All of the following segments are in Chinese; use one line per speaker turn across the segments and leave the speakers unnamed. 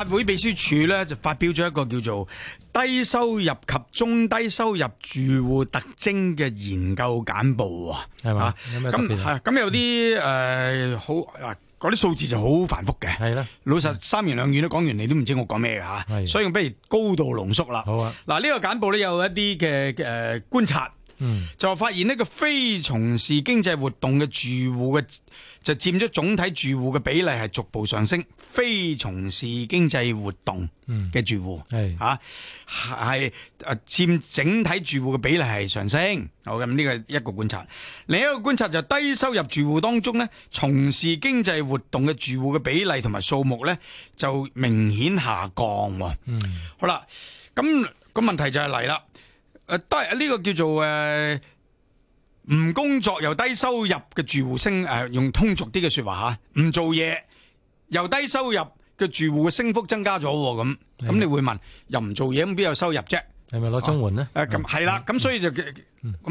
立法會秘書處咧就發表咗一個叫做《低收入及中低收入住戶特徵》嘅研究簡報啊，
係嘛
啊
有咩特
咁
別啊
係咁有啲誒好嗱，嗰啲數字就好繁複嘅。
係啦，
老實三言兩語都講完，你都唔知我講咩嘅嚇，
係
所以不如高度濃縮啦。
好啊，
嗱，呢個簡報咧有一啲嘅誒觀察。
嗯，
就發現呢個非從事經濟活動嘅住戶嘅就佔咗總體住戶嘅比例係逐步上升，非從事經濟活動
嗯
嘅住戶
係，
嚇係誒佔啊整體住戶嘅比例係上升。好咁呢個一個觀察，另一個觀察就係低收入住戶當中呢，從事經濟活動嘅住戶嘅比例同埋數目呢，就明顯下降喎。
嗯，
好啦，咁、個問題就係嚟啦，誒低呢個叫做誒。唔工作又低收入嘅住戶升誒、呃用通俗啲嘅說話吓，唔做嘢又低收入嘅住戶嘅升幅增加咗喎咁，咁你會問又唔做嘢咁邊有收入啫？
係咪攞綜援呢？
誒咁係啦，咁所以就個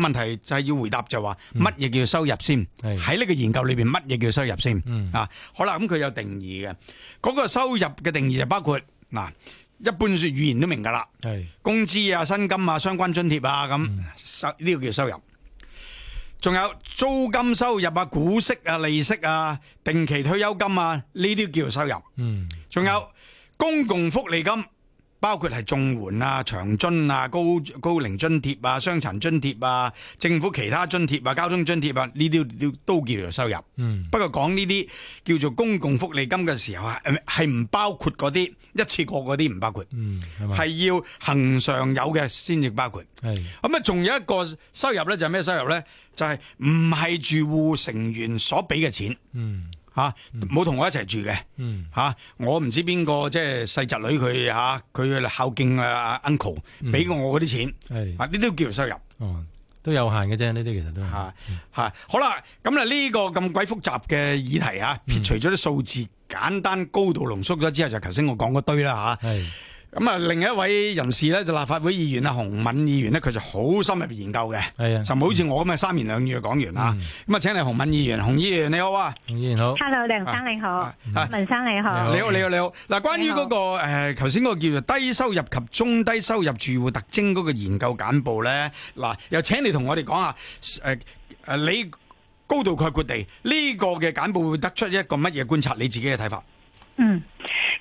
問題就係要回答就話乜嘢叫收入先？
係
喺呢個研究裏邊乜嘢叫收入先？
嗯
啊，好啦，咁佢有定義嘅，嗰個收入嘅定義就包括嗱，一般語言都明㗎啦。
係，
工資啊、薪金啊、相關津貼啊咁，收呢個叫收入。仲有租金收入啊、股息啊、利息啊、定期退休金啊，呢啲叫收入。
嗯，
仲有公共福利金，包括係綜援啊、長津啊、高高齡津貼啊、傷殘津貼啊、政府其他津貼啊、交通津貼啊，呢啲都都叫做收入。
嗯，
不過講呢啲叫做公共福利金嘅時候啊，係係唔包括嗰啲一次過嗰啲唔包括。
嗯，係嘛，
係要恒常有嘅先至包括。
係，
咁啊，仲有一個收入咧，就係咩收入咧？就係唔係住戶成員所俾嘅錢
嗯，
吓，冇同我一齊住嘅
嗯，
吓，我唔知邊個即係細侄女佢吓，佢孝敬啊 uncle 俾過我嗰啲錢
係，
啊，呢啲都叫做收入
哦，都有限嘅啫，呢啲其實都係，
吓吓。好啦，咁啊呢個咁鬼複雜嘅議題啊，撇除咗啲數字簡單高度濃縮咗之後，就頭先我講嗰堆啦吓。
係，
咁啊，另一位人士咧，就立法會議員啊，洪敏議員咧，佢就好深入研究嘅，
係啊，
就唔好似我咁嘅三言兩語講完啦。咁啊，請嚟洪敏議員，洪議員你好啊，
洪議員好，
Hello，梁生你好
啊，啊
文生你好
好，
你好你好你好。嗱，關於嗰個誒頭先嗰個叫做低收入及中低收入住戶特徵嗰個研究簡報咧，嗱，又請你同我哋講下誒誒，你高度概括地呢個嘅簡報會得出一個乜嘢觀察？你自己嘅睇法？
嗯，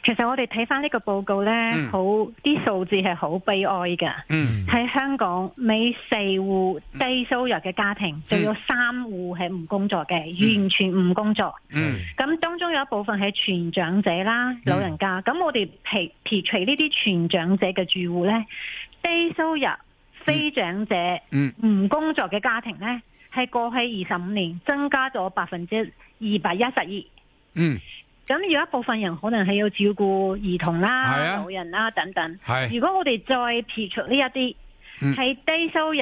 其實我哋睇翻呢個報告呢，
嗯
好啲數字係好悲哀㗎。
嗯
喺香港，每四戶低收入嘅家庭就有三戶係唔工作嘅，
嗯
完全唔工作。
嗯
咁當中有一部分係全長者啦、老人家。咁我哋撇撇除呢啲全長者嘅住戶呢，低收入、非長者、
嗯
唔工作嘅家庭呢，係過去二十五年增加咗百分之二百一十二。
嗯，
咁有一部分人可能係要照顧兒童啦、
係啊
老人啦等等。
係
如果我哋再撇除呢一啲
嗯
係低收入、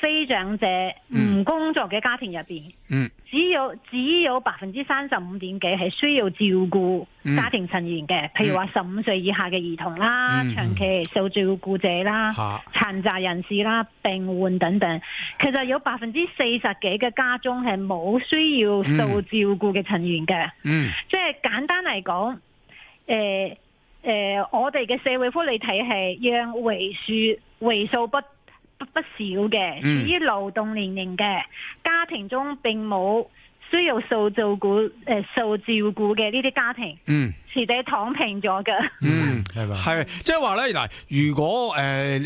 非長者、
嗯
唔工作嘅家庭入邊，
嗯
只有只有百分之三十五點幾係需要照顧
嗯
家庭成員嘅，譬如話十五歲以下嘅兒童啦、
嗯
長期受照顧者啦。
嚇
殘疾人士啦、病患等等，其實有百分之四十幾嘅家中係冇需要受照顧嘅成員嘅。
嗯
即係簡單嚟講，誒、誒、我哋嘅社會福利體系讓為數為數不不不少嘅處
嗯
於勞動年齡嘅家庭中並冇需要受照顧誒、呃受照顧嘅呢啲家庭，
嗯。
徹底躺平咗嘅。
嗯，係嘛，
係，即係話咧嗱，如果誒、呃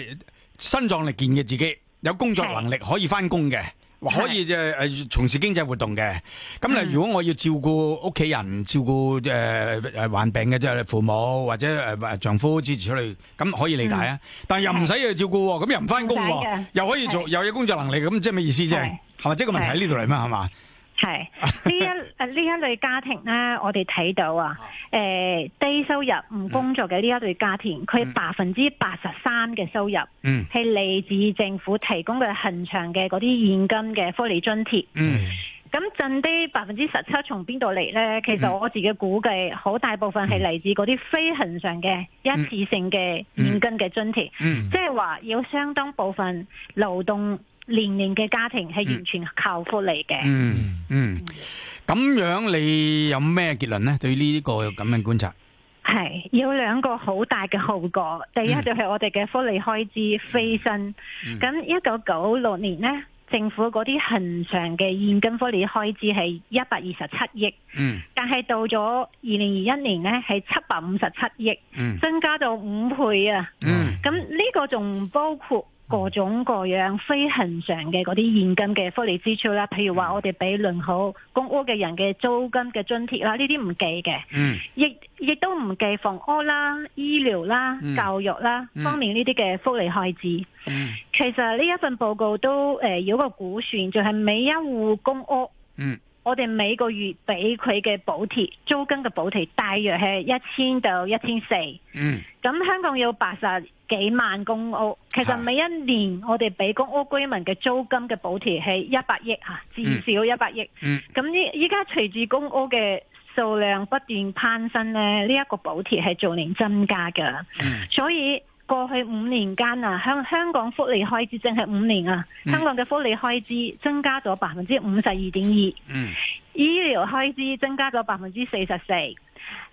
身壯力健嘅自己有工作能力可以翻工嘅。或可以誒誒從事經濟活動嘅，咁咧
嗯
如果我要照顧屋企人、照顧誒誒患病嘅即係父母或者誒丈夫之類之類，咁可以理解啊。但係又唔使去照顧喎，咁又唔翻工
嗯唔使
喎
嘅，
又可以做，又有工作能力，咁即係咩意思啫？
係
係咪？即係個問題喺呢度嚟嘛？係嘛？
係呢一誒呢一類家庭咧，我哋睇到啊，誒、低收入唔工作嘅呢一類家庭，佢百分之八十三嘅收入。
嗯
係嚟自政府提供嘅恒長嘅嗰啲現金嘅福利津貼。
嗯
咁剩低百分之十七從邊度嚟呢？其實我自己估計，好大部分係嚟自嗰啲非恒常嘅一次性嘅現金嘅津貼，
嗯
即係話有相當部分勞動年齡嘅家庭係完全靠福利嘅。
嗯嗯，咁樣你有咩結論咧？對呢個咁樣觀察？
係係有兩個好大嘅後果，第一就係我哋嘅福利開支飛升。
嗯
咁一九九六年呢，政府嗰啲恒常嘅現金福利開支係一百二十七億，
嗯
但係到咗二零二一年呢，係七百五十七億，
嗯
增加到五倍啊！
嗯
咁呢個仲唔包括各種各樣非恒常嘅嗰啲現金嘅福利支出啦，譬如話我哋俾輪候公屋嘅人嘅租金嘅津貼啦，呢啲唔計嘅。
嗯
亦亦都唔計房屋啦、醫療啦、
嗯
教育啦、
嗯
方面呢啲嘅福利開支。
嗯
其實呢一份報告都誒、呃有個估算，就係、每一戶公屋，
嗯
我哋每個月俾佢嘅補貼，租金嘅補貼大約係一千到一千四。
嗯
咁香港有八十幾萬公屋，其實
係
每一年我哋俾公屋居民嘅租金嘅補貼係一百億啊，至少一百億。
嗯
咁依依家隨住公屋嘅數量不斷攀升咧，呢、一個補貼係逐年增加㗎。
嗯
所以過去五年間啊，香香港福利開支淨係五年啊，
嗯
香港嘅福利開支增加咗百分之五十二點二，
嗯
醫療開支增加咗百分之四十四，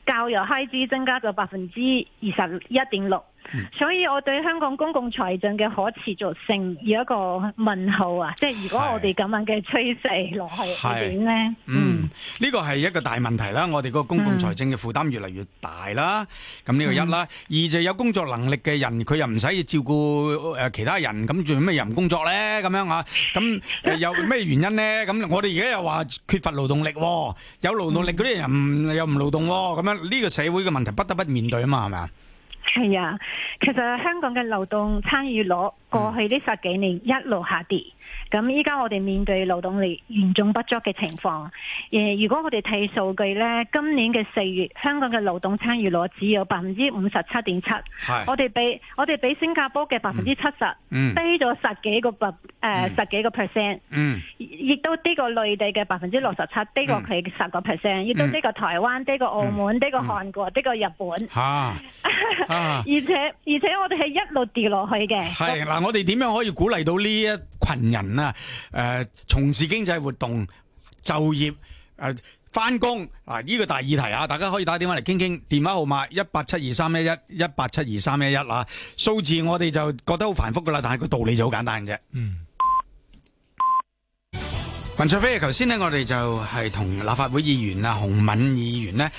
教育開支增加咗百分之二十一點六
嗯。
所以我對香港公共財政嘅可持續性有一個問號啊！即係如果
係
我哋咁樣嘅趨勢落去
係
係點呢？
嗯，呢個係一個大問題啦。我哋個公共財政嘅負擔越嚟越大啦。咁呢個一啦，二就有工作能力嘅人，佢又唔使照顧誒其他人，咁做咩又唔工作咧？咁樣啊？咁誒有咩原因咧？咁我哋而家又話缺乏勞動力喎，有勞動力嗰啲人唔又唔勞動喎，咁樣呢個社會嘅問題不得不面對啊嘛，係咪啊？
係啊，其實香港嘅勞動參與率過
嗯
去呢十幾年一路下跌，咁依家我哋面對勞動力嚴重不足嘅情況。誒，如果我哋睇數據呢，今年嘅四月香港嘅勞動參與率只有百分之五十七點七，
係，
我哋比我哋比新加坡嘅百分之七十
嗯
低咗十幾個百誒、
嗯
十幾個 percent。
嗯
亦都低過內地嘅百分之六十七，低過佢十個 percent，亦都
嗯
低過台灣，低過澳門，低過韓國，低過日本。
嚇啊！
而且而且我哋係一路跌落去嘅。
係嗱，我哋點樣可以鼓勵到呢一群人啊？誒、從事經濟活動、就業、誒翻工嗱，呢、個大議題啊，大家可以打電話嚟傾傾，電話號碼一八七二三一一一八七二三一一啊。數字我哋就覺得好繁複噶啦，但係個道理就好簡單嘅啫。
嗯。
雲卓飛，頭先呢，我哋就係同立法會議員啊，洪敏議員呢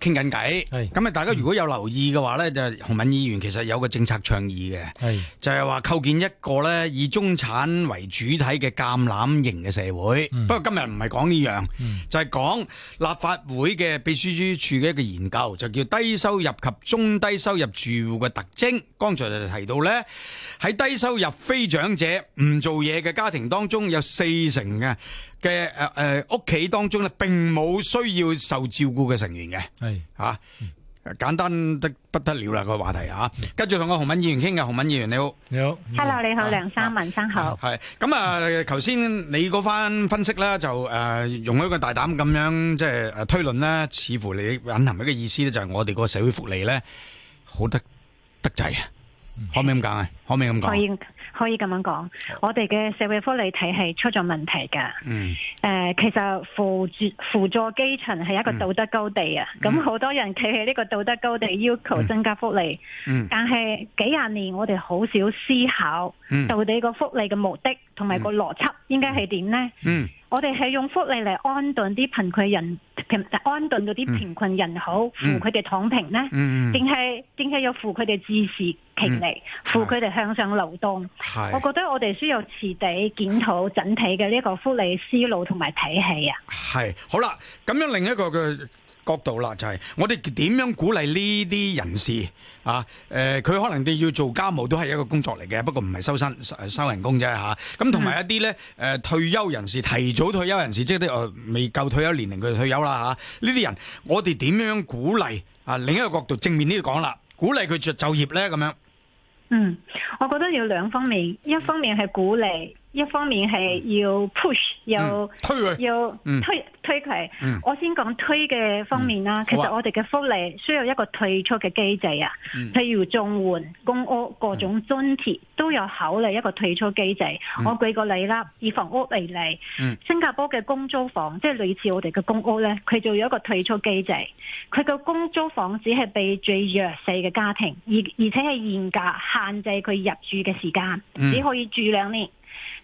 傾緊偈。
係
咁啊，大家如果有留意嘅話呢，就洪敏議員其實有個政策倡議嘅。
係
就係話構建一個咧以中產為主體嘅橄欖型嘅社會。
嗯
不過今日唔係講呢樣，
嗯
就係講立法會嘅秘書處嘅一個研究，就叫低收入及中低收入住戶嘅特徵。剛才就提到咧，喺低收入非長者唔做嘢嘅家庭當中，有四成嘅嘅誒誒屋企當中咧並冇需要受照顧嘅成員嘅。
係
吓、簡單得不得了啦個話題啊！跟住同我洪敏議員傾嘅，洪敏議員你好，
你好嗯
Hello，你好，
啊
梁生、文生好。
係咁啊！頭先你嗰番分析咧，就誒、呃用一個大膽咁樣即係誒推論咧，似乎你隱含一個意思咧，就係我哋個社會福利咧好得得滯啊！可唔可以咁講啊？可唔可以咁
可
講？
以可以咁樣講，我哋嘅社會福利體系出咗問題㗎。
嗯
誒、其實輔助輔助基層係一個道德高地啊。咁
嗯
好、多人企喺呢個道德高地要求增加福利，
嗯
但係幾廿年我哋好少思考
嗯
到底個福利嘅目的同埋個邏輯應該係點呢？
嗯
我哋係用福利嚟安頓啲貧困人，貧安頓嗰啲貧困人口，扶
嗯
佢哋躺平呢？
嗯，
定係定係要扶佢哋自食其力，扶佢哋向上流動。我
係
覺得我哋需要徹底檢討整體嘅呢個福利思路同埋體系啊。
係好啦。咁樣另一個嘅角度啦，就係、我哋點樣鼓勵呢啲人士啊？誒、佢可能哋要做家務都係一個工作嚟嘅，不過唔係收薪收收人工啫吓，咁同埋一啲咧誒退休人士，提早退休人士，即係啲誒未夠退休年齡佢就退休啦吓，呢、啲人我哋點樣鼓勵啊？另一個角度正面啲講啦，鼓勵佢就就業咧咁樣。
嗯，我覺得有兩方面，一方面係鼓勵一方面係要 push，又
推佢，
要
嗯
推推佢
嗯。
我先講推嘅方面啦。其
好啊
實我哋嘅福利需要一個退出嘅機制啊，
嗯
譬如綜援、公屋各種津貼都有考慮一個退出機制。我舉個例啦，以房屋為例
嗯，
新加坡嘅公租房即係類似我哋嘅公屋呢，佢做咗一個退出機制。佢嘅公租房只係俾最弱勢嘅家庭，而而且係現價限制佢入住嘅時間，
嗯
只可以住兩年。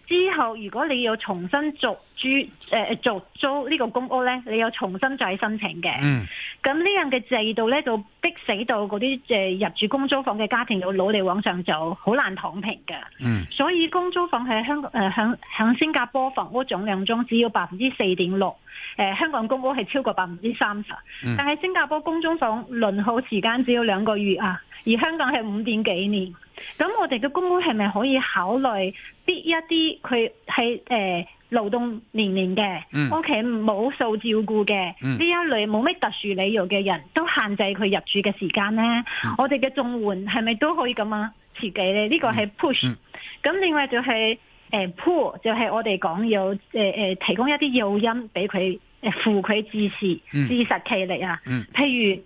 之後，如果你要重新續租誒、呃、續租呢個公屋呢，你要重新再申請嘅。
嗯
咁呢樣嘅制度呢，就逼死到嗰啲呃誒入住公租房嘅家庭要努力往上走，好難躺平嘅。
嗯
所以公租房喺香港誒響響新加坡房屋總量中只要百分之四點六，誒香港公屋係超過百分之三十
嗯，
但係新加坡公租房輪候時間只要兩個月啊，而香港係五點幾年。咁我哋嘅公屋係咪可以考慮啲一啲佢係誒勞動年齡嘅
嗯，
屋企冇受照顧嘅
嗯
呢一類冇咩特殊理由嘅人都限制佢入住嘅時間呢？
嗯
我哋嘅綜援係咪都可以咁啊設計呢？呢、個係 push。
嗯
咁另外就係誒 pool，就係我哋講要誒誒提供一啲誘因俾佢誒扶佢自持
嗯
自實其力啊。
嗯
譬如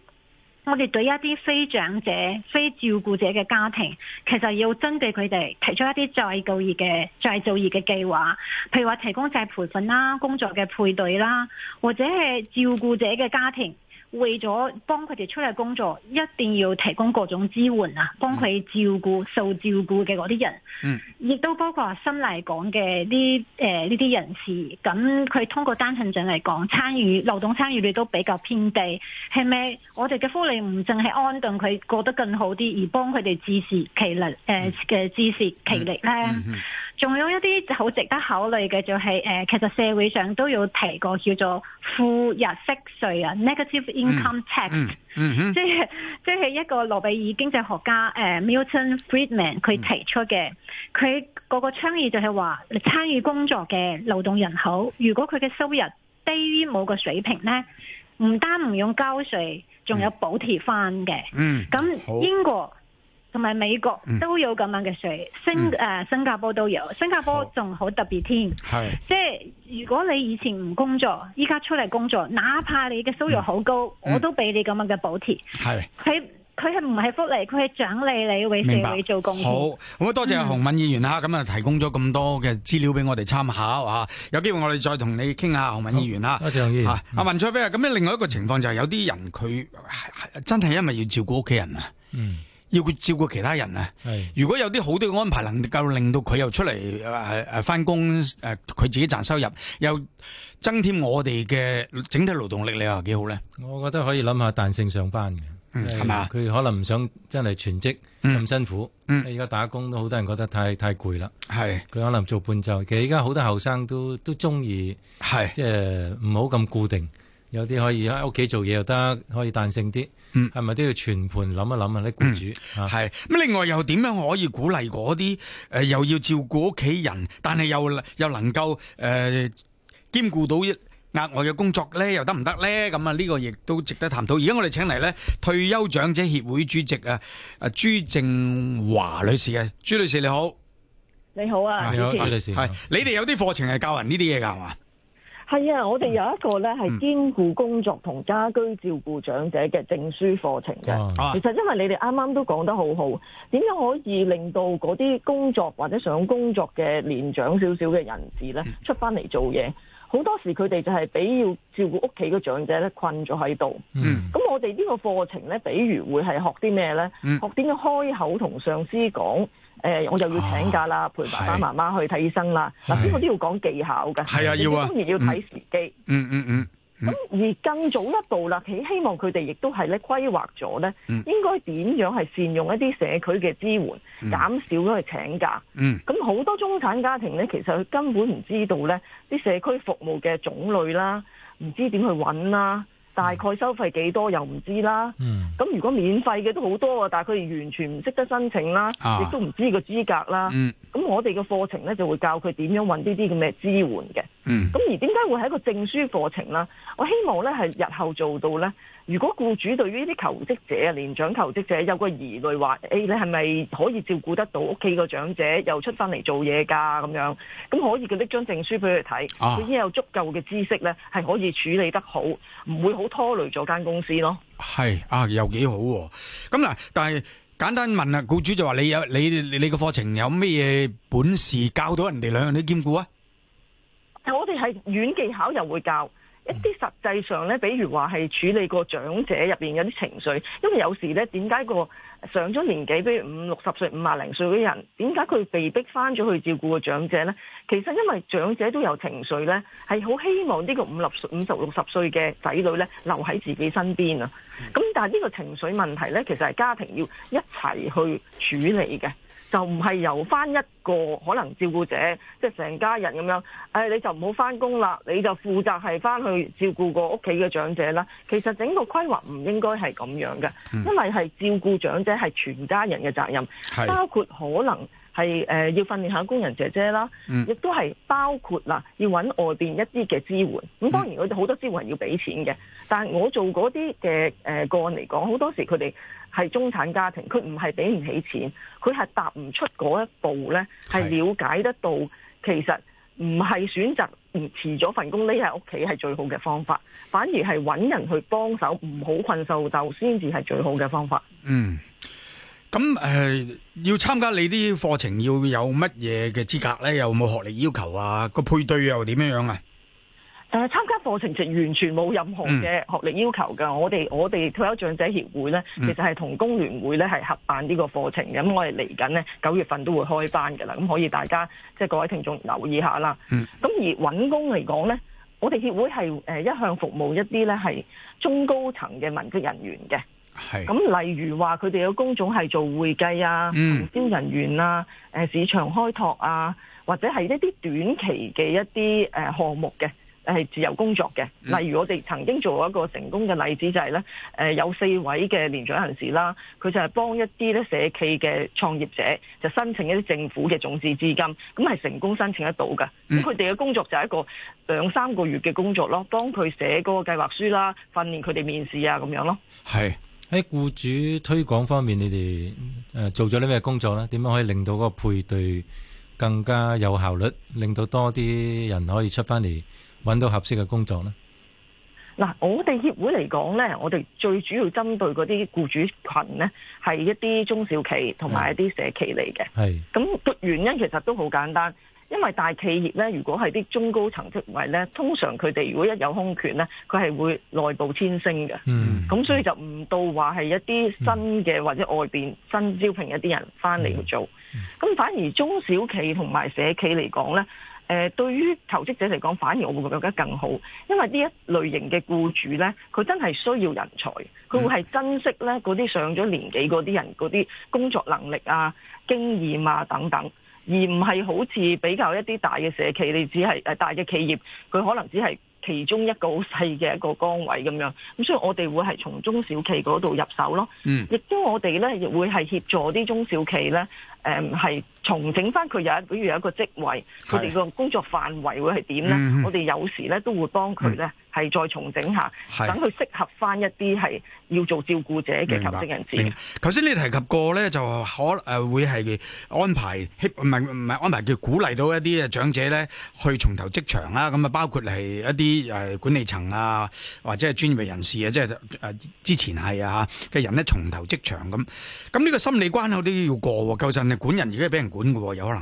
我哋對一啲非長者、非照顧者嘅家庭，其實要針對佢哋提出一啲再就業嘅再就業嘅計劃，譬如話提供就係培訓啦、工作嘅配對啦，或者係照顧者嘅家庭。為咗幫佢哋出嚟工作，一定要提供各種支援啊，幫佢照顧受照顧嘅嗰啲人。
嗯
亦都包括新嚟港嘅呢誒呢啲人士，咁佢通過單程證嚟講，參與流動參與率都比較偏低，係咪我哋嘅福利唔淨係安頓佢過得更好啲，而幫佢哋自食其力誒嘅自食其力咧？
嗯
仲有一啲好值得考慮嘅就係、呃其實社會上都有提過叫做負入息稅啊 （negative income tax）。
嗯嗯哼
即係 即係一個諾貝爾經濟學家誒、呃 Milton Friedman 佢提出嘅，佢嗰個倡議就係話，參與工作嘅勞動人口，如果佢嘅收入低於某個水平咧，唔單唔用交税，仲有補貼翻嘅。
嗯好
咁英國同埋美國
嗯
都有咁樣嘅税，新誒、呃新加坡都有，新加坡
好
仲好特別添。
係
即係如果你以前唔工作，依家出嚟工作，哪怕你嘅收入好高，
嗯
我都俾你咁樣嘅補貼。
係。
佢佢係唔係福利，佢係獎勵你為
明
社
白
會做貢獻。嗯
好，咁啊多謝洪敏議員啦，咁啊提供咗咁多嘅資料俾我哋參考啊，有機會我哋再同你傾下洪敏議員啦。
多謝嗯楊議員
啊，阿文卓飛啊，咁咧另外一個情況就係有啲人佢係真係因為要照顧屋企人啊，
嗯，
要佢照顧其他人啊。
係
如果有啲好啲嘅安排，能夠令到佢又出嚟誒誒翻工誒，呃佢自己賺收入，又增添我哋嘅整體勞動力，你話幾好咧？
我覺得可以諗下彈性上班嘅，
嗯
因為
係嘛
佢可能唔想真係全職
嗯
咁辛苦，
嗯
而家打工都好多人覺得太太攰啦，
係
佢可能做半晝。其實而家好多後生都都中意。
係
即係唔好咁固定，有啲可以喺屋企做嘢又得，可以彈性啲。
嗯
係咪都要全盤諗一諗啊？啲僱主嚇，
係咁，另外又點樣可以鼓勵嗰啲誒又要照顧屋企人，但係又又能夠誒、呃兼顧到額外嘅工作咧，又得唔得咧？咁啊，呢個亦都值得探討。而家我哋請嚟咧退休長者協會主席啊，啊朱正華女士嘅，朱女士你好。
你好啊，
係
你好
主
朱
持。
女士，
係你哋有啲課程係教人呢啲嘢㗎係嘛？
係啊，我哋有一個咧
嗯
係兼顧工作同家居照顧長者嘅證書課程嘅。
哦
啊
其，實因為你哋啱啱都講得好好，點樣可以令到嗰啲工作或者想工作嘅年長少少嘅人士咧出翻嚟做嘢？好多時佢哋就係俾要照顧屋企嘅長者咧困咗喺度。
嗯
咁我哋呢個課程咧，比如會係學啲咩咧？
嗯
學點樣開口同上司講，誒、我又要請假
啊
啦，陪爸爸媽媽去睇醫生啦。嗱，
係
呢個都要講技巧嘅，
係啊要啊
當然要睇時機。
嗯嗯嗯嗯
咁、而更早一步啦，希希望佢哋亦都係咧規劃咗咧，
嗯
應該點樣係善用一啲社區嘅支援，
嗯
減少咗去請假。
嗯
咁好多中產家庭咧，其實佢根本唔知道咧啲社區服務嘅種類啦，唔知點去揾啦，大概收費幾多又唔知啦。
嗯
咁如果免費嘅都好多啊，但係佢哋完全唔識得申請啦，
啊
亦都唔知個資格啦。
嗯
咁我哋嘅課程咧就會教佢點樣揾呢啲咁嘅支援嘅。
嗯
咁而點解會係一個證書課程啦？我希望咧係日後做到咧，如果僱主對於呢啲求職者啊、年長求職者有個疑慮話，誒、你係咪可以照顧得到屋企個長者又出翻嚟做嘢㗎咁樣？咁可以佢拎張證書俾佢睇，
啊
佢已經有足夠嘅知識咧，係可以處理得好，唔會好拖累咗間公司咯。
系啊，又幾好喎、咁嗱，但係簡單問啊，僱主就話你有你你你個課程有咩嘢本事教到人哋兩樣都兼顧啊？
我哋係軟技巧又會教。一啲實際上咧，比如話係處理個長者入邊有啲情緒，因為有時咧點解個上咗年紀，比如五六十歲、五廿零歲嘅人，點解佢被逼翻咗去照顧個長者咧？其實因為長者都有情緒咧，係好希望呢個五六五十六十歲嘅仔女咧留喺自己身邊啊。咁但係呢個情緒問題咧，其實係家庭要一齊去處理嘅。就唔係由翻一個可能照顧者，即係成家人咁樣，誒、你就唔好翻工啦，你就負責係翻去照顧個屋企嘅長者啦。其實整個規劃唔應該係咁樣嘅，因為係照顧長者係全家人嘅責任，
係
包括可能係誒、呃要訓練下工人姐姐啦，
嗯
亦都係包括嗱要揾外邊一啲嘅支援。咁當然佢哋好多支援係要俾錢嘅，但係我做嗰啲嘅誒個案嚟講，好多時佢哋係中產家庭，佢唔係俾唔起錢，佢係踏唔出嗰一步咧，
係
係了解得到其實唔係選擇唔辭咗份工匿喺屋企係最好嘅方法，反而係揾人去幫手，唔好困獸鬥先至係最好嘅方法。
嗯。咁誒、呃要參加你啲課程要有乜嘢嘅資格咧？有冇學歷要求啊？個配對又點樣樣啊？
誒呃參加課程就完全冇任何
嗯
嘅學歷要求㗎、我哋我哋退休長者協會咧，其
嗯
實係同工聯會咧係合辦呢個課程嘅，咁我哋嚟緊咧九月份都會開班㗎啦，咁可以大家即係各位聽眾留意下啦。咁、
嗯
而揾工嚟講咧，我哋協會係誒一向服務一啲咧係中高層嘅文職人員嘅。
係
咁例如話，佢哋嘅工種係做會計啊、
嗯
行銷人員啊、誒市場開拓啊，或者係一啲短期嘅一啲誒項目嘅。係自由工作嘅，
嗯
例如我哋曾經做過一個成功嘅例子就係、咧，誒、有四位嘅年長人士啦，佢就係幫一啲咧社企嘅創業者就申請一啲政府嘅種子資金，咁係成功申請得到嘅。
嗯
咁佢哋嘅工作就係一個兩三個月嘅工作咯，幫佢寫嗰個計劃書啦，訓練佢哋面試啊咁樣咯。
係
喺僱主推廣方面，你哋誒、呃做咗啲咩工作咧？點樣可以令到嗰個配對更加有效率，令到多啲人可以出翻嚟揾到合適嘅工作咧？
嗱，我哋協會嚟講咧，我哋最主要針對嗰啲僱主群咧，係一啲中小企同埋一啲社企嚟嘅。
係
咁個原因其實都好簡單，因為大企業咧，如果係啲中高層職位咧，通常佢哋如果一有空缺咧，佢係會內部遷升嘅。
嗯
咁所以就唔到話係一啲新嘅或者外邊新招聘一啲人翻嚟去做，咁反而中小企同埋社企嚟講呢，誒、呃對於求職者嚟講，反而我會覺得更好，因為呢一類型嘅僱主呢，佢真係需要人才，佢會係珍惜呢嗰啲上咗年紀嗰啲人嗰啲工作能力啊、經驗啊等等。而唔係好似比較一啲大嘅社企，你只係誒呃大嘅企業，佢可能只係其中一個好細嘅一個崗位咁樣。咁所以我哋會係從中小企嗰度入手咯。
嗯
亦都我哋咧亦會係協助啲中小企咧，誒、係重整翻佢有一，比如有一個職位，
係
佢哋個工作範圍會係點咧？
嗯
我哋有時咧都會幫佢咧係再重整下，等
係。
佢適合翻一啲係要做照顧者嘅求職人士。
明白頭先你提及過咧，就可誒、呃、會係安排唔係唔係安排叫鼓勵到一啲呃長者咧去重投職場啦。咁啊，包括係一啲誒、呃管理層啊，或者係專業人士啊，即係誒、呃之前係啊嚇嘅人咧重投職場咁。咁呢個心理關口都要過喎。夠陣係管人，而家係俾人管嘅喎，有可能。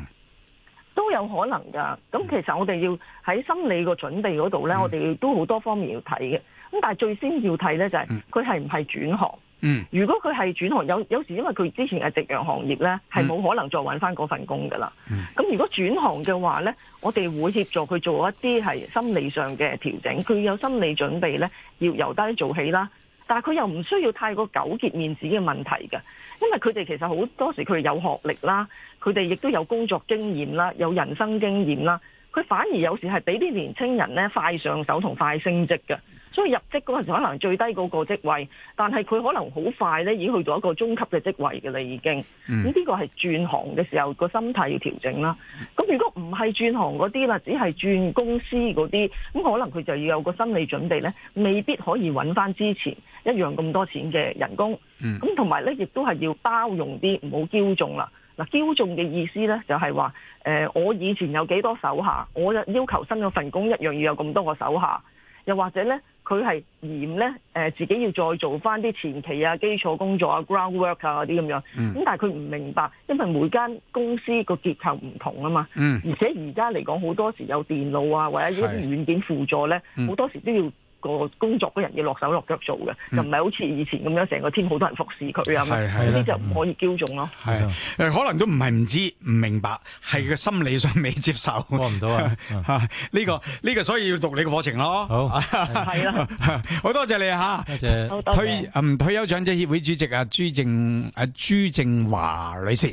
都有可能㗎。
嗯
咁其實我哋要喺心理個準備嗰度呢，我哋都好多方面要睇嘅。咁但係最先要睇呢，就係
嗯
佢係唔係轉行。
嗯
如果佢係轉行，有有時因為佢之前係夕陽行業呢，係
嗯
冇可能再揾翻嗰份工㗎啦
嗯。
咁如果轉行嘅話呢，我哋會協助佢做一啲係心理上嘅調整。佢有心理準備呢，要由低做起啦。但係佢又唔需要太過糾結面子嘅問題㗎，因為佢哋其實好多時佢哋有學歷啦。佢哋亦都有工作經驗啦，有人生經驗啦。佢反而有時係比啲年青人咧快上手同快升職嘅。所以入職嗰陣時可能最低嗰個職位，但係佢可能好快咧已經去到一個中級嘅職位嘅啦，已經。咁
嗯
呢個係轉行嘅時候個心態要調整啦。咁如果唔係轉行嗰啲啦，只係轉公司嗰啲，咁可能佢就要有個心理準備咧，未必可以揾翻之前一樣咁多錢嘅人工。
嗯
咁同埋咧，亦都係要包容啲，唔好驕縱啦。嗱，驕縱嘅意思咧，就係話，誒，我以前有幾多手下，我就要求新咗份工一樣要有咁多個手下，又或者咧，佢係嫌咧，誒、自己要再做翻啲前期啊、基礎工作啊、groundwork 啊嗰啲咁樣。咁、
嗯
但係佢唔明白，因為每間公司個結構唔同啊嘛，
嗯
而且而家嚟講好多時有電腦啊，或者一
係
啲軟件輔助咧，
嗯
好多時都要。個工作嗰人要落手落腳做嘅，
嗯
就唔係好似以前咁樣成個 team 好多人服侍佢啊嘛。
係
係
係
呢
啦
啲就唔可以驕縱咯。
係
冇錯
誒，可能都唔係唔知唔明白，係個心理上未接受。
幫唔到 啊！嗯
嚇 呢個呢個，所以要讀你個課程咯。
好，
係啦，
好多謝你啊吓。
多謝。
好多謝
退嗯退休長者協會主席啊朱正啊朱正華女士。